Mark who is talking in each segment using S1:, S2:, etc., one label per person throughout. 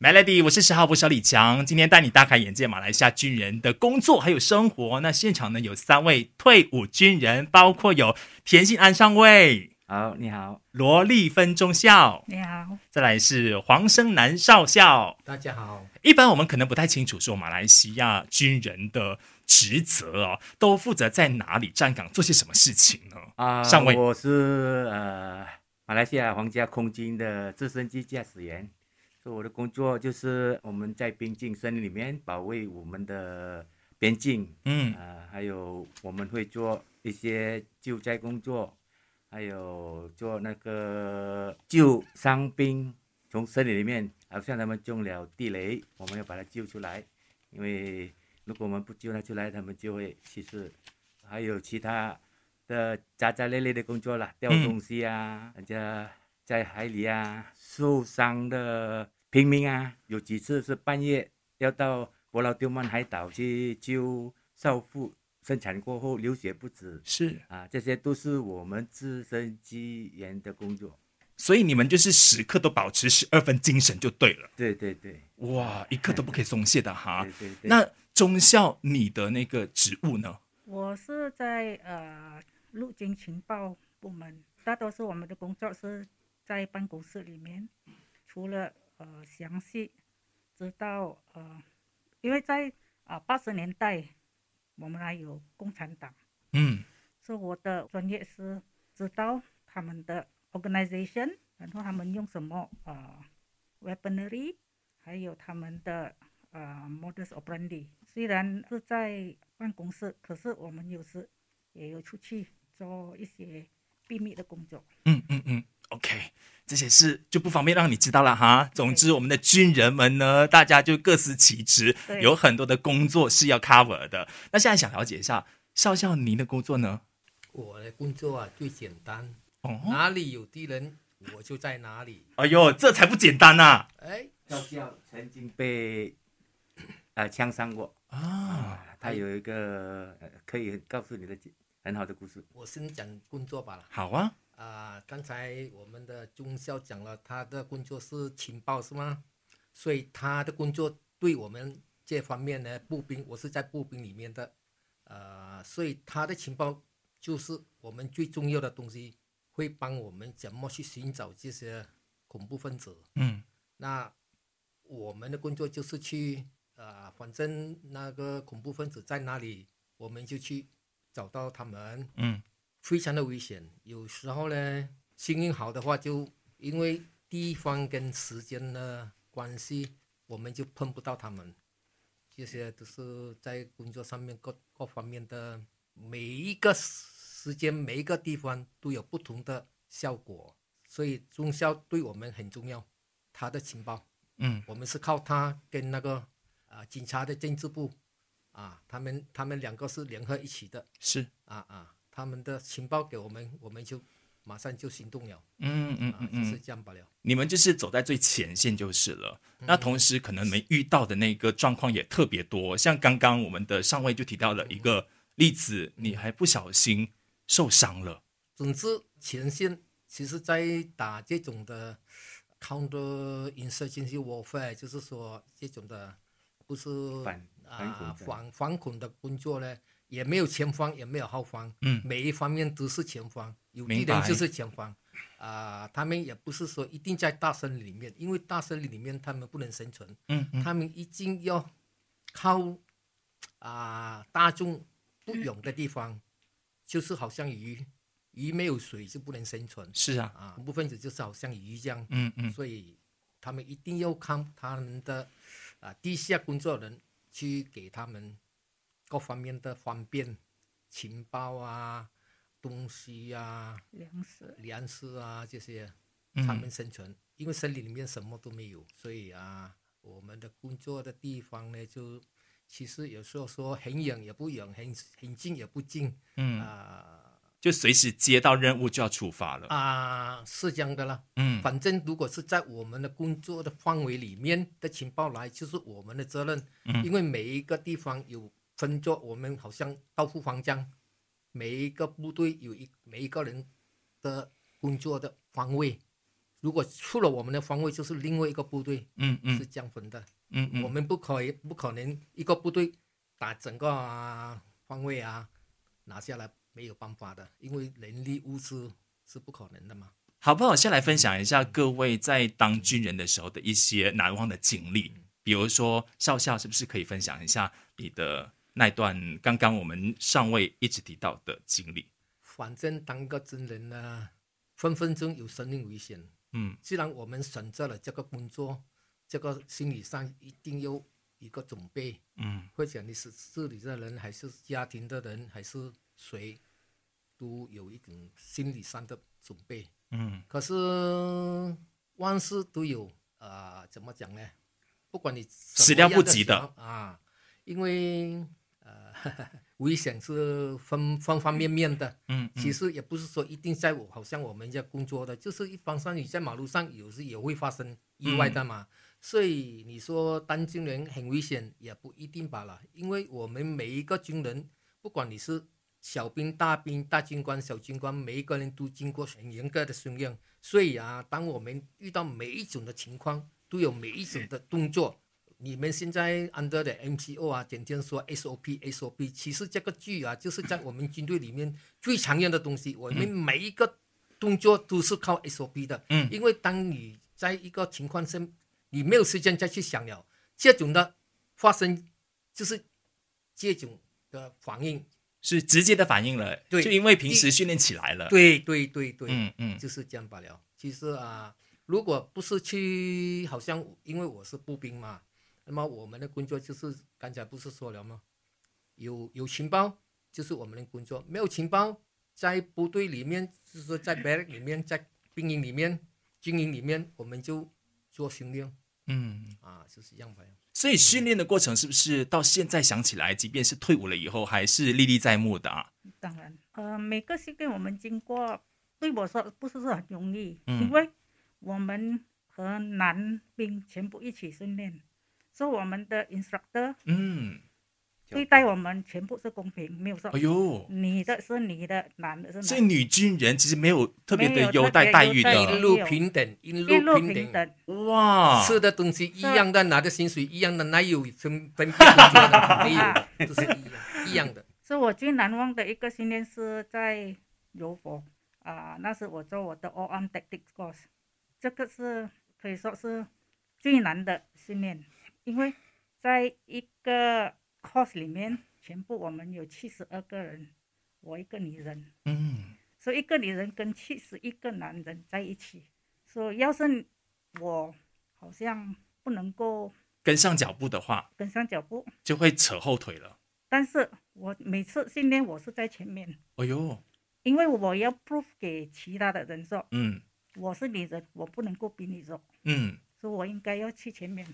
S1: Melody，我是十号部小李强，今天带你大开眼界马来西亚军人的工作还有生活。那现场呢有三位退伍军人，包括有田信安上尉、
S2: 好，你好，
S1: 罗立芬中校，
S3: 你好，
S1: 再来是黄生南少校。
S4: 大家好，
S1: 一般我们可能不太清楚说马来西亚军人的职责哦，都负责在哪里站岗做些什么事情呢？
S2: 啊、
S1: 上尉
S2: 我是呃马来西亚皇家空军的直升机驾驶员，所以我的工作就是我们在边境森林里面保卫我们的边境，
S1: 嗯
S2: 呃，还有我们会做一些救灾工作，还有做那个救伤兵，从森林里面，好像他们中了地雷，我们要把他救出来，因为如果我们不救他出来，他们就会去世。还有其他的杂杂类类的工作啦，掉
S1: 嗯
S2: 东西啊，人家在海里啊，受伤的平民啊，有几次是半夜要到伯劳丢曼海岛去救少妇，生产过后流血不止
S1: 是，
S2: 啊，这些都是我们直升机员的工作。
S1: 所以你们就是时刻都保持十二分精神就对了，
S2: 对对对，
S1: 哇，一刻都不可以松懈的哈
S2: 对。对对。
S1: 啊那中校，你的那个职务呢？
S3: 我是在呃陆军情报部门，大多数我们的工作是在办公室里面，除了呃详细知道呃，因为在啊八十年代我们还有共产党，
S1: 嗯
S3: 所以我的专业是知道他们的 organization，然后他们用什么呃 weaponry，还有他们的呃 modus operandi。虽然是在办公室，可是我们有时也有出去做一些秘密的工作。
S1: 嗯嗯嗯，OK，这些事就不方便让你知道了哈。总之，我们的军人们呢，大家就各司其职，
S3: 对
S1: 有很多的工作是要 cover 的。那现在想了解一下，少校您的工作呢？
S4: 我的工作啊最简单，
S1: 哦，
S4: 哪里有敌人我就在哪里。
S1: 哎呦，这才不简单啊呐、
S4: 哎，
S2: 少校曾经被呃枪伤过，
S1: 啊！
S2: 他有一个、呃、可以告诉你的很好的故事。
S4: 我先讲工作吧啦。
S1: 好啊，
S4: 啊、刚才我们的中校讲了，他的工作是情报是吗？所以他的工作对我们这方面呢，步兵我是在步兵里面的，呃，所以他的情报就是我们最重要的东西，会帮我们怎么去寻找这些恐怖分子。
S1: 嗯
S4: 那我们的工作就是去呃，反正那个恐怖分子在哪里，我们就去找到他们，
S1: 嗯
S4: 非常的危险。有时候呢，幸运好的话就，因为地方跟时间的关系，我们就碰不到他们。这些都是在工作上面各各方面的，每一个时间、每一个地方都有不同的效果，所以中校对我们很重要。他的情报，
S1: 嗯
S4: 我们是靠他跟那个啊、警察的政治部啊，他们他们两个是联合一起的
S1: 是，
S4: 啊啊，他们的情报给我们，我们就马上就行动了
S1: 嗯嗯
S4: 啊
S1: 嗯，
S4: 就是
S1: 嗯，
S4: 这样罢了。
S1: 你们就是走在最前线就是了。
S4: 嗯
S1: 那同时，可能你们遇到的那个状况也特别多，像刚刚我们的上尉就提到了一个例子，
S4: 嗯
S1: 你还不小心受伤了。
S4: 总之，前线其实在打这种的 counter insurgency warfare，就是说这种的不是
S2: 反反恐
S4: 啊
S2: 战
S4: 反反恐的工作呢，也没有前方，也没有后方，
S1: 嗯
S4: 每一方面都是前方，有
S1: 明
S4: 敌
S1: 白
S4: 人就是前方。啊、他们也不是说一定在大森林里面，因为大森林里面他们不能生存，
S1: 嗯嗯
S4: 他们一定要靠啊、大众不泳的地方，就是好像鱼，鱼没有水就不能生存
S1: 是啊，
S4: 啊。恐怖分子就是好像鱼这样，
S1: 嗯嗯
S4: 所以他们一定要靠他们的啊地下工作人去给他们各方面的方便，情报啊、东西啊、
S3: 粮食
S4: 粮食啊这些。他
S1: 嗯
S4: 们，生存，因为森林里面什么都没有，所以啊，我们的工作的地方呢，就其实有时候说很远也不远，很很近也不近，
S1: 嗯，
S4: 啊、
S1: 就随时接到任务就要出发了。
S4: 啊、是这样的啦。
S1: 嗯
S4: 反正如果是在我们的工作的范围里面的情报来，就是我们的责任，
S1: 嗯
S4: 因为每一个地方有分作，我们好像到处方向，每一个部队有一每一个人的工作的方位，如果出了我们的方位，就是另外一个部队
S1: 嗯
S4: 是
S1: 嗯
S4: 降分的。
S1: 嗯
S4: 我
S1: 嗯，
S4: 们不可以不可能一个部队打整个、啊、方位啊拿下来，没有办法的，因为人力物资是不可能的嘛。
S1: 好不好？先来分享一下各位在当军人的时候的一些难忘的经历，比如说笑笑是不是可以分享一下你的那段刚刚我们上位一直提到的经历？
S4: 反正当个军人呢，分分钟有生命危险。
S1: 嗯
S4: 既然我们选择了这个工作，这个心理上一定有一个准备，
S1: 嗯
S4: 或者你是自己的人，还是家庭的人，还是谁，都有一种心理上的准备。
S1: 嗯
S4: 可是万事都有，呃，怎么讲呢？不管你始
S1: 始料不及的
S4: 啊，因为呃， 危险是方方方面面的。
S1: 嗯，
S4: 其实也不是说一定在我，好像我们在工作的，就是一般上你在马路上有时也会发生意外的嘛。所以你说当军人很危险，也不一定罢了，因为我们每一个军人，不管你是小兵、大兵、大军官、小军官，每一个人都经过很严格的训练。所以啊，当我们遇到每一种的情况，都有每一种的动作。你们现在 under 的 MCO 啊，整天说 SOP SOP，其实这个剧啊，就是在我们军队里面最常用的东西。我们每一个动作都是靠 SOP 的，
S1: 嗯
S4: 因为当你在一个情况下，你没有时间再去想了，这种的发生就是这种的反应。
S1: 是直接的反应了，
S4: 对
S1: 就因为平时训练起来了，，
S4: 对对对对，
S1: 啊嗯嗯
S4: 就是这样罢了。其实啊，如果不是去，好像因为我是步兵嘛，那么我们的工作就是刚才不是说了吗？有有情报就是我们的工作，没有情报在部队里面，就是说在 barrack 里面，在兵营里面、军营里面，我们就做训练
S1: 嗯。
S4: 啊，就是这样罢了。
S1: 所以训练的过程是不是到现在想起来，即便是退伍了以后，还是历历在目的啊？
S3: 当然，呃，每个事件我们经过，对我说不是说很容易，
S1: 嗯
S3: 因为我们和男兵全部一起训练，所以我们的 instructor
S1: 嗯，
S3: 对待我们全部是公平，没有说
S1: 哎呦，
S3: 你的是你的，男的是
S1: 所以
S3: 男的，
S1: 女军人其实没有特别
S3: 没
S1: 的
S3: 有
S1: 优待
S3: 特别
S1: 待遇
S3: 优待
S4: 一
S1: 的
S3: 的
S4: 路平等，一路
S3: 一路
S4: 平
S3: 平等。
S1: 哇，
S4: 吃的东西一样的，拿的薪水一样的，哪有分分别的？没有，都是一样一样的。
S3: 是我最难忘的一个训练是在柔佛啊、那是我做我的 All Arm Tactics Course，这个是可以说是最难的训练，因为在一个 course 里面，全部我们有七十二个人，我一个女人，
S1: 嗯
S3: 所以一个女人跟七十一个男人在一起，所以要是我好像不能够
S1: 跟上脚步的话，
S3: 跟上脚步，
S1: 就会扯后腿了。
S3: 但是我每次训练我是在前面。
S1: 哎呦，
S3: 因为我要 proof 给其他的人说，
S1: 嗯
S3: 我是你人，我不能够比你弱，
S1: 嗯，
S3: 所以我应该要去前面。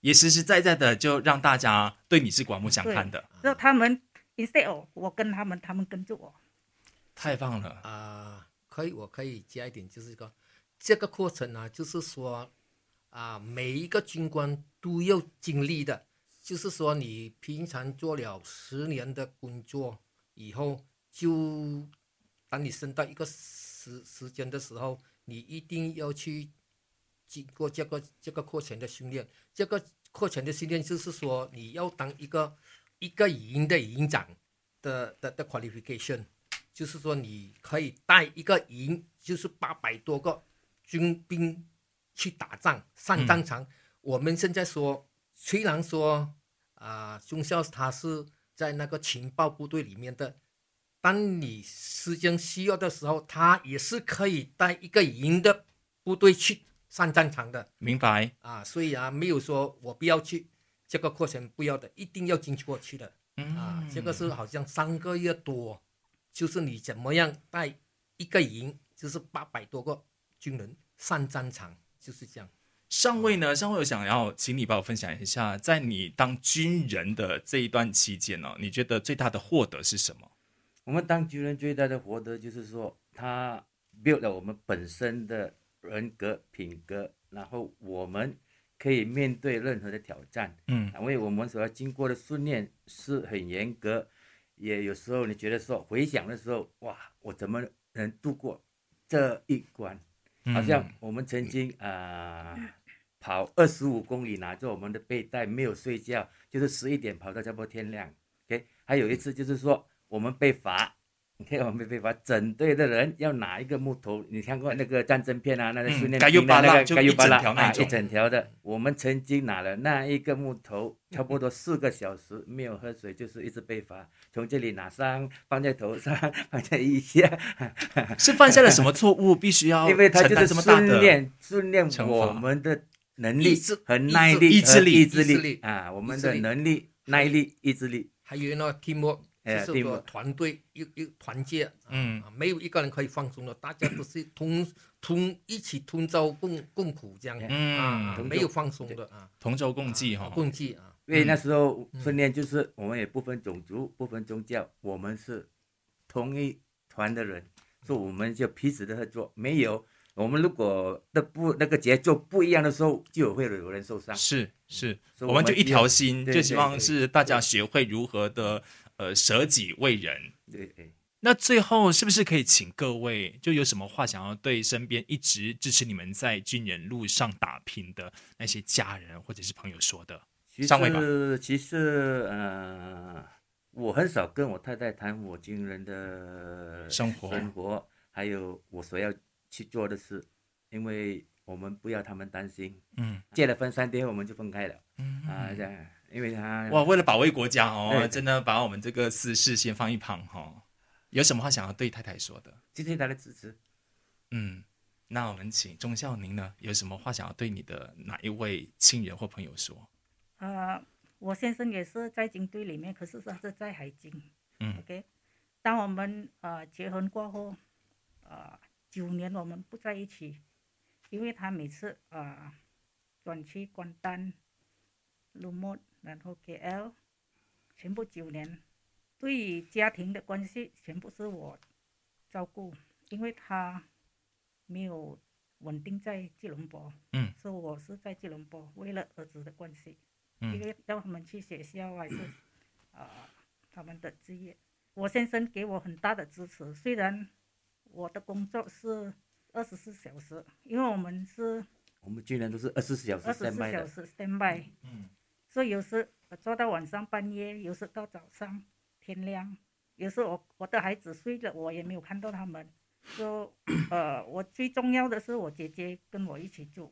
S1: 也实实在在的就让大家对你是刮目相看的，
S3: 然后他们 instead of 我跟他们，他们跟着我。
S1: 太棒了。
S4: 啊、可以，我可以加一点，就是这个这个过程呢、就是说啊、每一个军官都要经历的，就是说你平常做了十年的工作以后，就当你升到一个时时间的时候，你一定要去经过这个这个课程的训练，这个课程的训练就是说你要当一个一个语音的营长的的的 qualification。就是说你可以带一个营，就是八百多个军兵去打仗，上战场。我们现在说，虽然说啊，中校他是在那个情报部队里面的，当你时间需要的时候，他也是可以带一个营的部队去上战场的
S1: 明白，
S4: 啊。所以啊，没有说我不要去这个课程，不要的，一定要进去过去的。
S1: 嗯
S4: 啊，这个是好像三个月多，就是你怎么样带一个营，就是八百多个军人上战场，就是这样。
S1: 上位呢？上位，我想要请你帮我分享一下，在你当军人的这一段期间呢、哦，你觉得最大的获得是什么？
S2: 我们当军人最大的获得就是说，他 build 了我们本身的人格品格，然后我们可以面对任何的挑战，
S1: 嗯
S2: 因为我们所要经过的训练是很严格，也有时候你觉得说回想的时候，哇，我怎么能度过这一关？
S1: 嗯
S2: 好像我们曾经呃跑二十五公里，拿着我们的背带没有睡觉，就是十一点跑到差不多天亮。OK，还有一次就是说我们被罚，OK，我们被罚，整队的人要拿一个木头，你看过那个战争片啊，那个
S1: 嗯
S2: 训练
S1: 嘎
S2: 兵
S1: 又
S2: 啊
S1: 巴拉
S2: 那
S1: 就
S2: 个嘎又
S1: 一
S2: 巴拉
S1: 整条那
S2: 啊，
S1: 种
S2: 一整条的。我们曾经拿了那一个木头，差不多四个小时没有喝水，就是一直被罚，从这里拿上，放在头上， 放在腋下，
S1: 是犯下了什么错误，必须要
S2: 因为他
S1: 哦承
S2: 就
S1: 担这
S2: 是
S1: 么大
S2: 训
S1: 的？
S2: 练训练
S1: 惩
S2: 我
S1: 罚
S2: 们的能
S4: 意
S2: 力
S4: 志
S2: 和
S4: 意
S2: 耐
S4: 志
S2: 力、
S1: 意志力
S2: 意志
S4: 意志
S2: 力
S4: 力
S2: 啊，我们
S4: 意志
S2: 的
S4: 力
S2: 能力、耐力、意志力。
S4: 还有呢 teamwork，
S2: 哎
S4: 就是说
S2: teamwork
S4: 团队又又团结，啊
S1: 嗯
S4: 啊，没有一个人可以放松的，大家都是同同一起同舟共共苦这样，
S1: 嗯
S4: 啊，
S2: 同舟
S4: 没有放松的啊，
S1: 同舟共济哈
S4: 啊，共济啊，
S2: 因为那
S1: 嗯
S2: 时候
S4: 嗯
S2: 训练就是我们也不分种族、不分宗教，我们是同一团的人，所以我们就彼此的合作。没有我们如果的不那个节奏不一样的时候，就会有人受伤。
S1: 是是，
S2: 所
S1: 嗯
S2: 以
S1: 我们就一条
S2: 只
S1: 心，
S2: 对
S1: 就希
S2: 对
S1: 望
S2: 对
S1: 是大家学会如何的呃舍己为人。
S2: 有对哎对
S1: 那最后是不是可以请各位，就有什么话想要对身边一直支持你们在军人路上打拼的那些家人或者是朋友说的？
S2: 其
S1: 上位吧
S2: 实其实呃，我很少跟我太太谈我军人的
S1: 生活
S2: 生活，还有我所要去做的事，因为我们不要他们担心。
S1: 嗯
S2: 结了婚三天我们就分开了
S1: 嗯
S2: 啊，这样，因为他
S1: 哇，为了保卫国家哦，
S2: 对
S1: 真的把我们这个私事先放一旁哈、哦。有什么话想要对太太说的？
S2: 谢谢他的支持。
S1: 嗯，那我们请钟孝宁呢，有什么话想要对你的哪一位亲人或朋友说？
S3: 呃，我先生也是在军队里面，可是他是在海军。
S1: 嗯
S3: ，OK。当我们呃结婚过后，呃，九年我们不在一起，因为他每次呃转去关丹、卢莫，然后 KL，全部九年，对于家庭的关系全部是我照顾，因为他没有稳定在吉隆坡，
S1: 嗯，
S3: 所以我是在吉隆坡为了儿子的关系，因
S1: 嗯
S3: 为让他们去学校还是呃他们的职业。我先生给我很大的支持，虽然我的工作是二十四小时，因为我们是
S2: 我们军人都是二十四小时
S3: 二十
S2: stand
S3: 四
S2: by
S3: 小
S2: 的，
S3: 时 stand by，
S1: 嗯
S3: 所以有时呃做到晚上半夜，有时到早上天亮，有时我我的孩子睡了，我也没有看到他们。说、呃，我最重要的是我姐姐跟我一起住，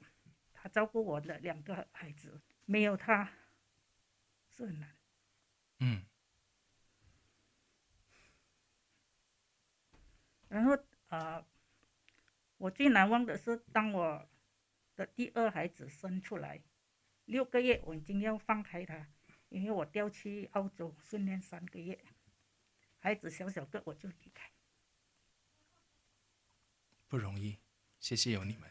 S3: 她照顾我的两个孩子，没有她是很难。
S1: 嗯
S3: 然后呃，我最难忘的是当我的第二孩子生出来，六个月我已经要放开他，因为我调去澳洲训练三个月，孩子小小个我就离开。
S1: 不容易，谢谢有你们。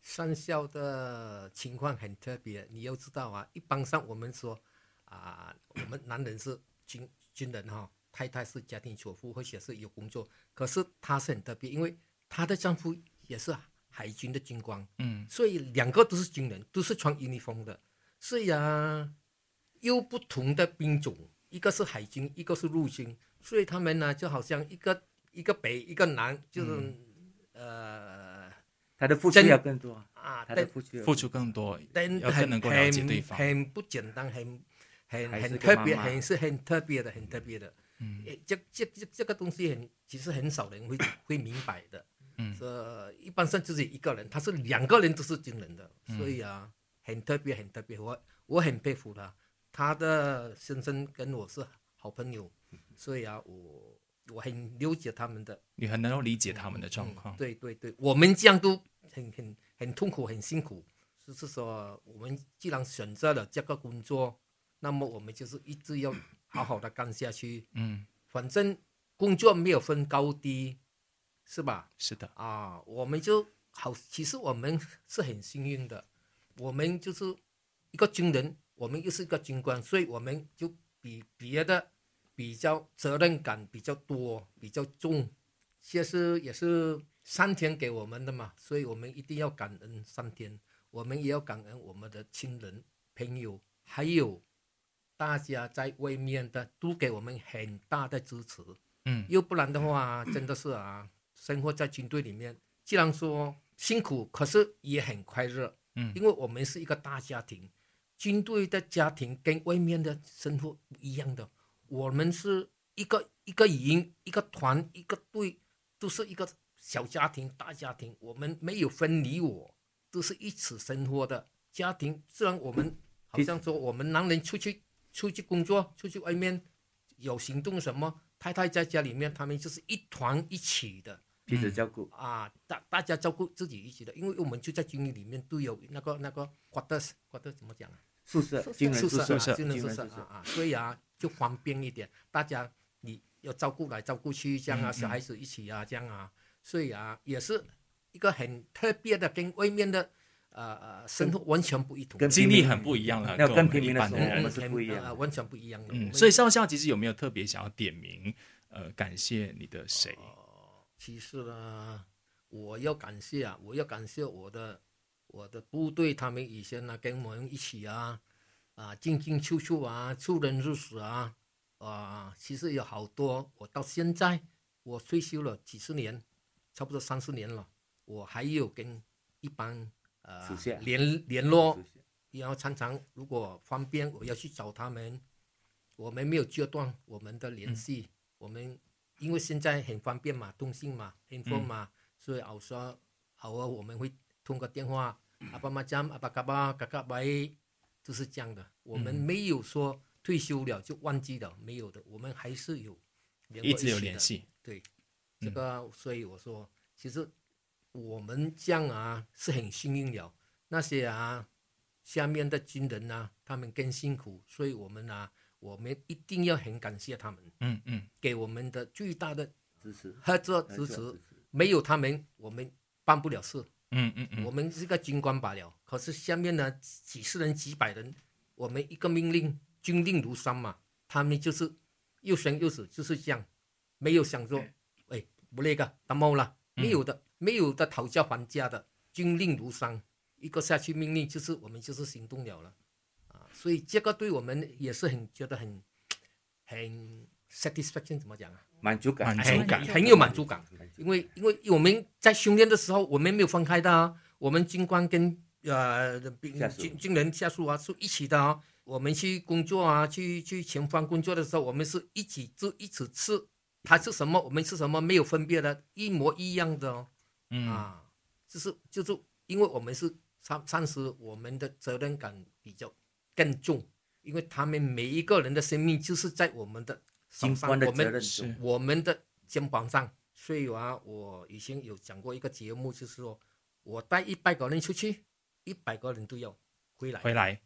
S4: 上校的情况很特别，你要知道啊，一般上我们说啊，我们男人是军军人哈、太太是家庭主妇或者是有工作，可是她是很特别，因为她的丈夫也是海军的军官，
S1: 嗯
S4: 所以两个都是军人，都是穿 uniform 的，所以啊，又不同的兵种，一个是海军，一个是陆军，所以他们呢就好像一个一个北一个南，就是、呃
S2: 他的付出
S4: 真
S2: 要更多，
S4: 啊，
S2: 他
S4: 但
S2: 的付出要
S1: 付出更多，
S4: 但
S1: 要更能够了解对方
S4: 很很不简单，很很
S2: 还是个
S4: 很特别，
S2: 妈妈
S4: 很是很特别的，很特别的。
S1: 嗯
S4: 诶，这这这这个东西很，其实很 少人会会明白的。
S1: 嗯
S4: 这一般上自己一个人，他是两个人都是惊人的，
S1: 嗯
S4: 所以啊，很特别，很特别。我我很佩服他，他的先生跟我是好朋友，
S1: 嗯
S4: 所以啊，我我很了解他们的
S1: 你很能够理解他们的状况
S4: 嗯。对对对，我们这样都很很很痛苦，很辛苦。就是说，我们既然选择了这个工作，那么我们就是一直要好好的干下去。
S1: 嗯，
S4: 反正工作没有分高低，是吧？
S1: 是的，
S4: 啊，我们就好，其实我们是很幸运的，我们就是一个军人，我们又是一个军官，所以我们就比别的比较责任感比较多，比较重，其实也是上天给我们的嘛，所以我们一定要感恩上天，我们也要感恩我们的亲人、朋友，还有大家在外面的都给我们很大的支持。
S1: 嗯
S4: 要不然的话，真的是啊，生活在军队里面，既然说辛苦，可是也很快乐，
S1: 嗯
S4: 因为我们是一个大家庭，军队的家庭跟外面的生活不一样的，我们是一个一个营、一个团、一个队，都是一个小家庭、大家庭，我们没有分你我，都是一起生活的家庭。虽然我们好像说我们男人出去出去工作，出去外面有行动什么，太太在家里面，他们就是一团一起的。
S2: 彼
S1: 嗯
S2: 此照顾。
S4: 啊，大大家照顾自己一起的，因为我们就在军营里面都有那个那个 quarters quarters 怎么讲啊？
S2: 宿舍，军人
S4: 宿
S2: 宿
S4: 舍
S2: 舍，
S4: 啊，
S1: 舍
S4: 军人宿舍
S2: 军人宿舍
S4: 啊啊，所以啊就方便一点，大家你要照顾来照顾去这样啊，
S1: 嗯
S4: 小
S1: 嗯
S4: 孩子一起啊这样啊，所以啊也是一个很特别的，跟外面的呃呃生活完全不一同，
S2: 跟
S1: 经历很不一样了，
S2: 那
S1: 跟
S2: 跟
S1: 我们
S2: 平
S1: 一
S2: 民的
S1: 般
S2: 时
S1: 的
S2: 候
S1: 人
S2: 我。们是不一样的
S4: 呃完全不一样的。我
S1: 嗯，
S4: 们
S1: 所以少校其实有没有特别想要点名？呃，感谢你的谁？
S4: 其实呢，我要感谢啊，我要感谢我的我的部队，他们以前呢、跟我们一起啊，啊进进出出啊，出人入死啊，啊，其实有好多，我到现在我退休了几十年，差不多三十年了，我还有跟一帮呃
S2: 属下
S4: 联联络
S1: 哦
S2: 宿，舍
S4: 然后常常如果方便，我要去找他们。我们没有截断我们的联系，
S1: 嗯
S4: 我们因为现在很方便嘛，通信嘛，info
S1: 嗯
S4: 嘛，所以偶说偶尔我们会通个电话，阿爸妈讲阿爸嘎巴嘎嘎拜，就是这样的。我们
S1: 嗯
S4: 没有说退休了就忘记了，没有的，我们还是有联络
S1: 一直有
S4: 起
S1: 联
S4: 的
S1: 系。
S4: 对，
S1: 嗯
S4: 这个所以我说，其实我们这样啊是很幸运了。那些啊下面的军人啊，他们更辛苦，所以我们啊，我们一定要很感谢他们，
S1: 嗯嗯，
S4: 给我们的最大的
S2: 支持，
S4: 合作
S2: 合
S4: 支
S2: 作
S4: 持。没有他们，我们办不了事。
S1: 嗯嗯嗯，
S4: 我们是个军官罢了。可是下面呢，几十人、几百人，我们一个命令，军令如山嘛，他们就是又生又死，就是这样，没有想说，哎，不那个打冒了，没有的，没有的讨价还价的，军令如山，一个下去命令就是我们就是行动了了，啊，所以这个对我们也是很觉得很很 satisfaction 怎么讲啊？
S2: 满足感，
S1: 满足
S4: 很
S1: 感
S4: 很有满足感，因为因为我们在训练的时候，我们没有分开的啊，我们军官跟呃兵
S2: 下属
S4: 军军人下属啊是一起的啊。我们去工作啊，去去前方工作的时候，我们是一起住，一起吃，他吃什么，我们吃什么，没有分别的，一模一样的哦。
S1: 嗯
S4: 啊，就是就是因为我们是上上司，我们的责任感比较更重，因为他们每一个人的生命就是在我们的手
S2: 军
S4: 上，
S2: 官的
S4: 我
S2: 责
S4: 们
S2: 任
S1: 是
S2: 重
S4: 我们的肩膀上。所以啊，我以前有讲过一个节目，就是说我带一百个人出去，一百个人都要回来，
S1: 回来，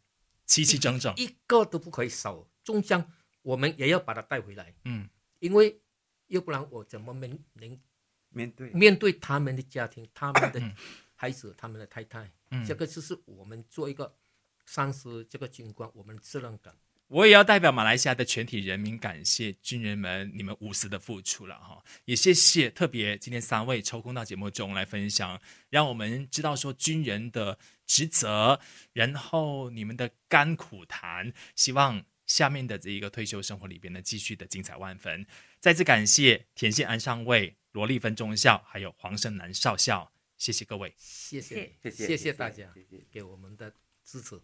S1: 齐齐整整。
S4: 一个都不可以少。终将我们也要把它带回来，
S1: 嗯
S4: 因为要不然我怎么能能
S2: 面对
S4: 面对他们的家庭、他们的
S1: 嗯
S4: 孩子、他们的太太？
S1: 嗯，
S4: 这个就是我们做一个上司这个军官，我们责任感。
S1: 我也要代表马来西亚的全体人民感谢军人们你们无私的付出了哈，也谢谢特别今天三位抽空到节目中来分享，让我们知道说军人的职责，然后你们的甘苦谈，希望下面的这一个退休生活里边呢继续的精彩万分。再次感谢田信安上尉、罗立芬中校，还有黄胜南少校，谢谢各位。
S4: 谢谢你，
S2: 谢
S4: 谢谢大
S2: 谢
S4: 家
S2: 谢谢
S4: 给我们的支持。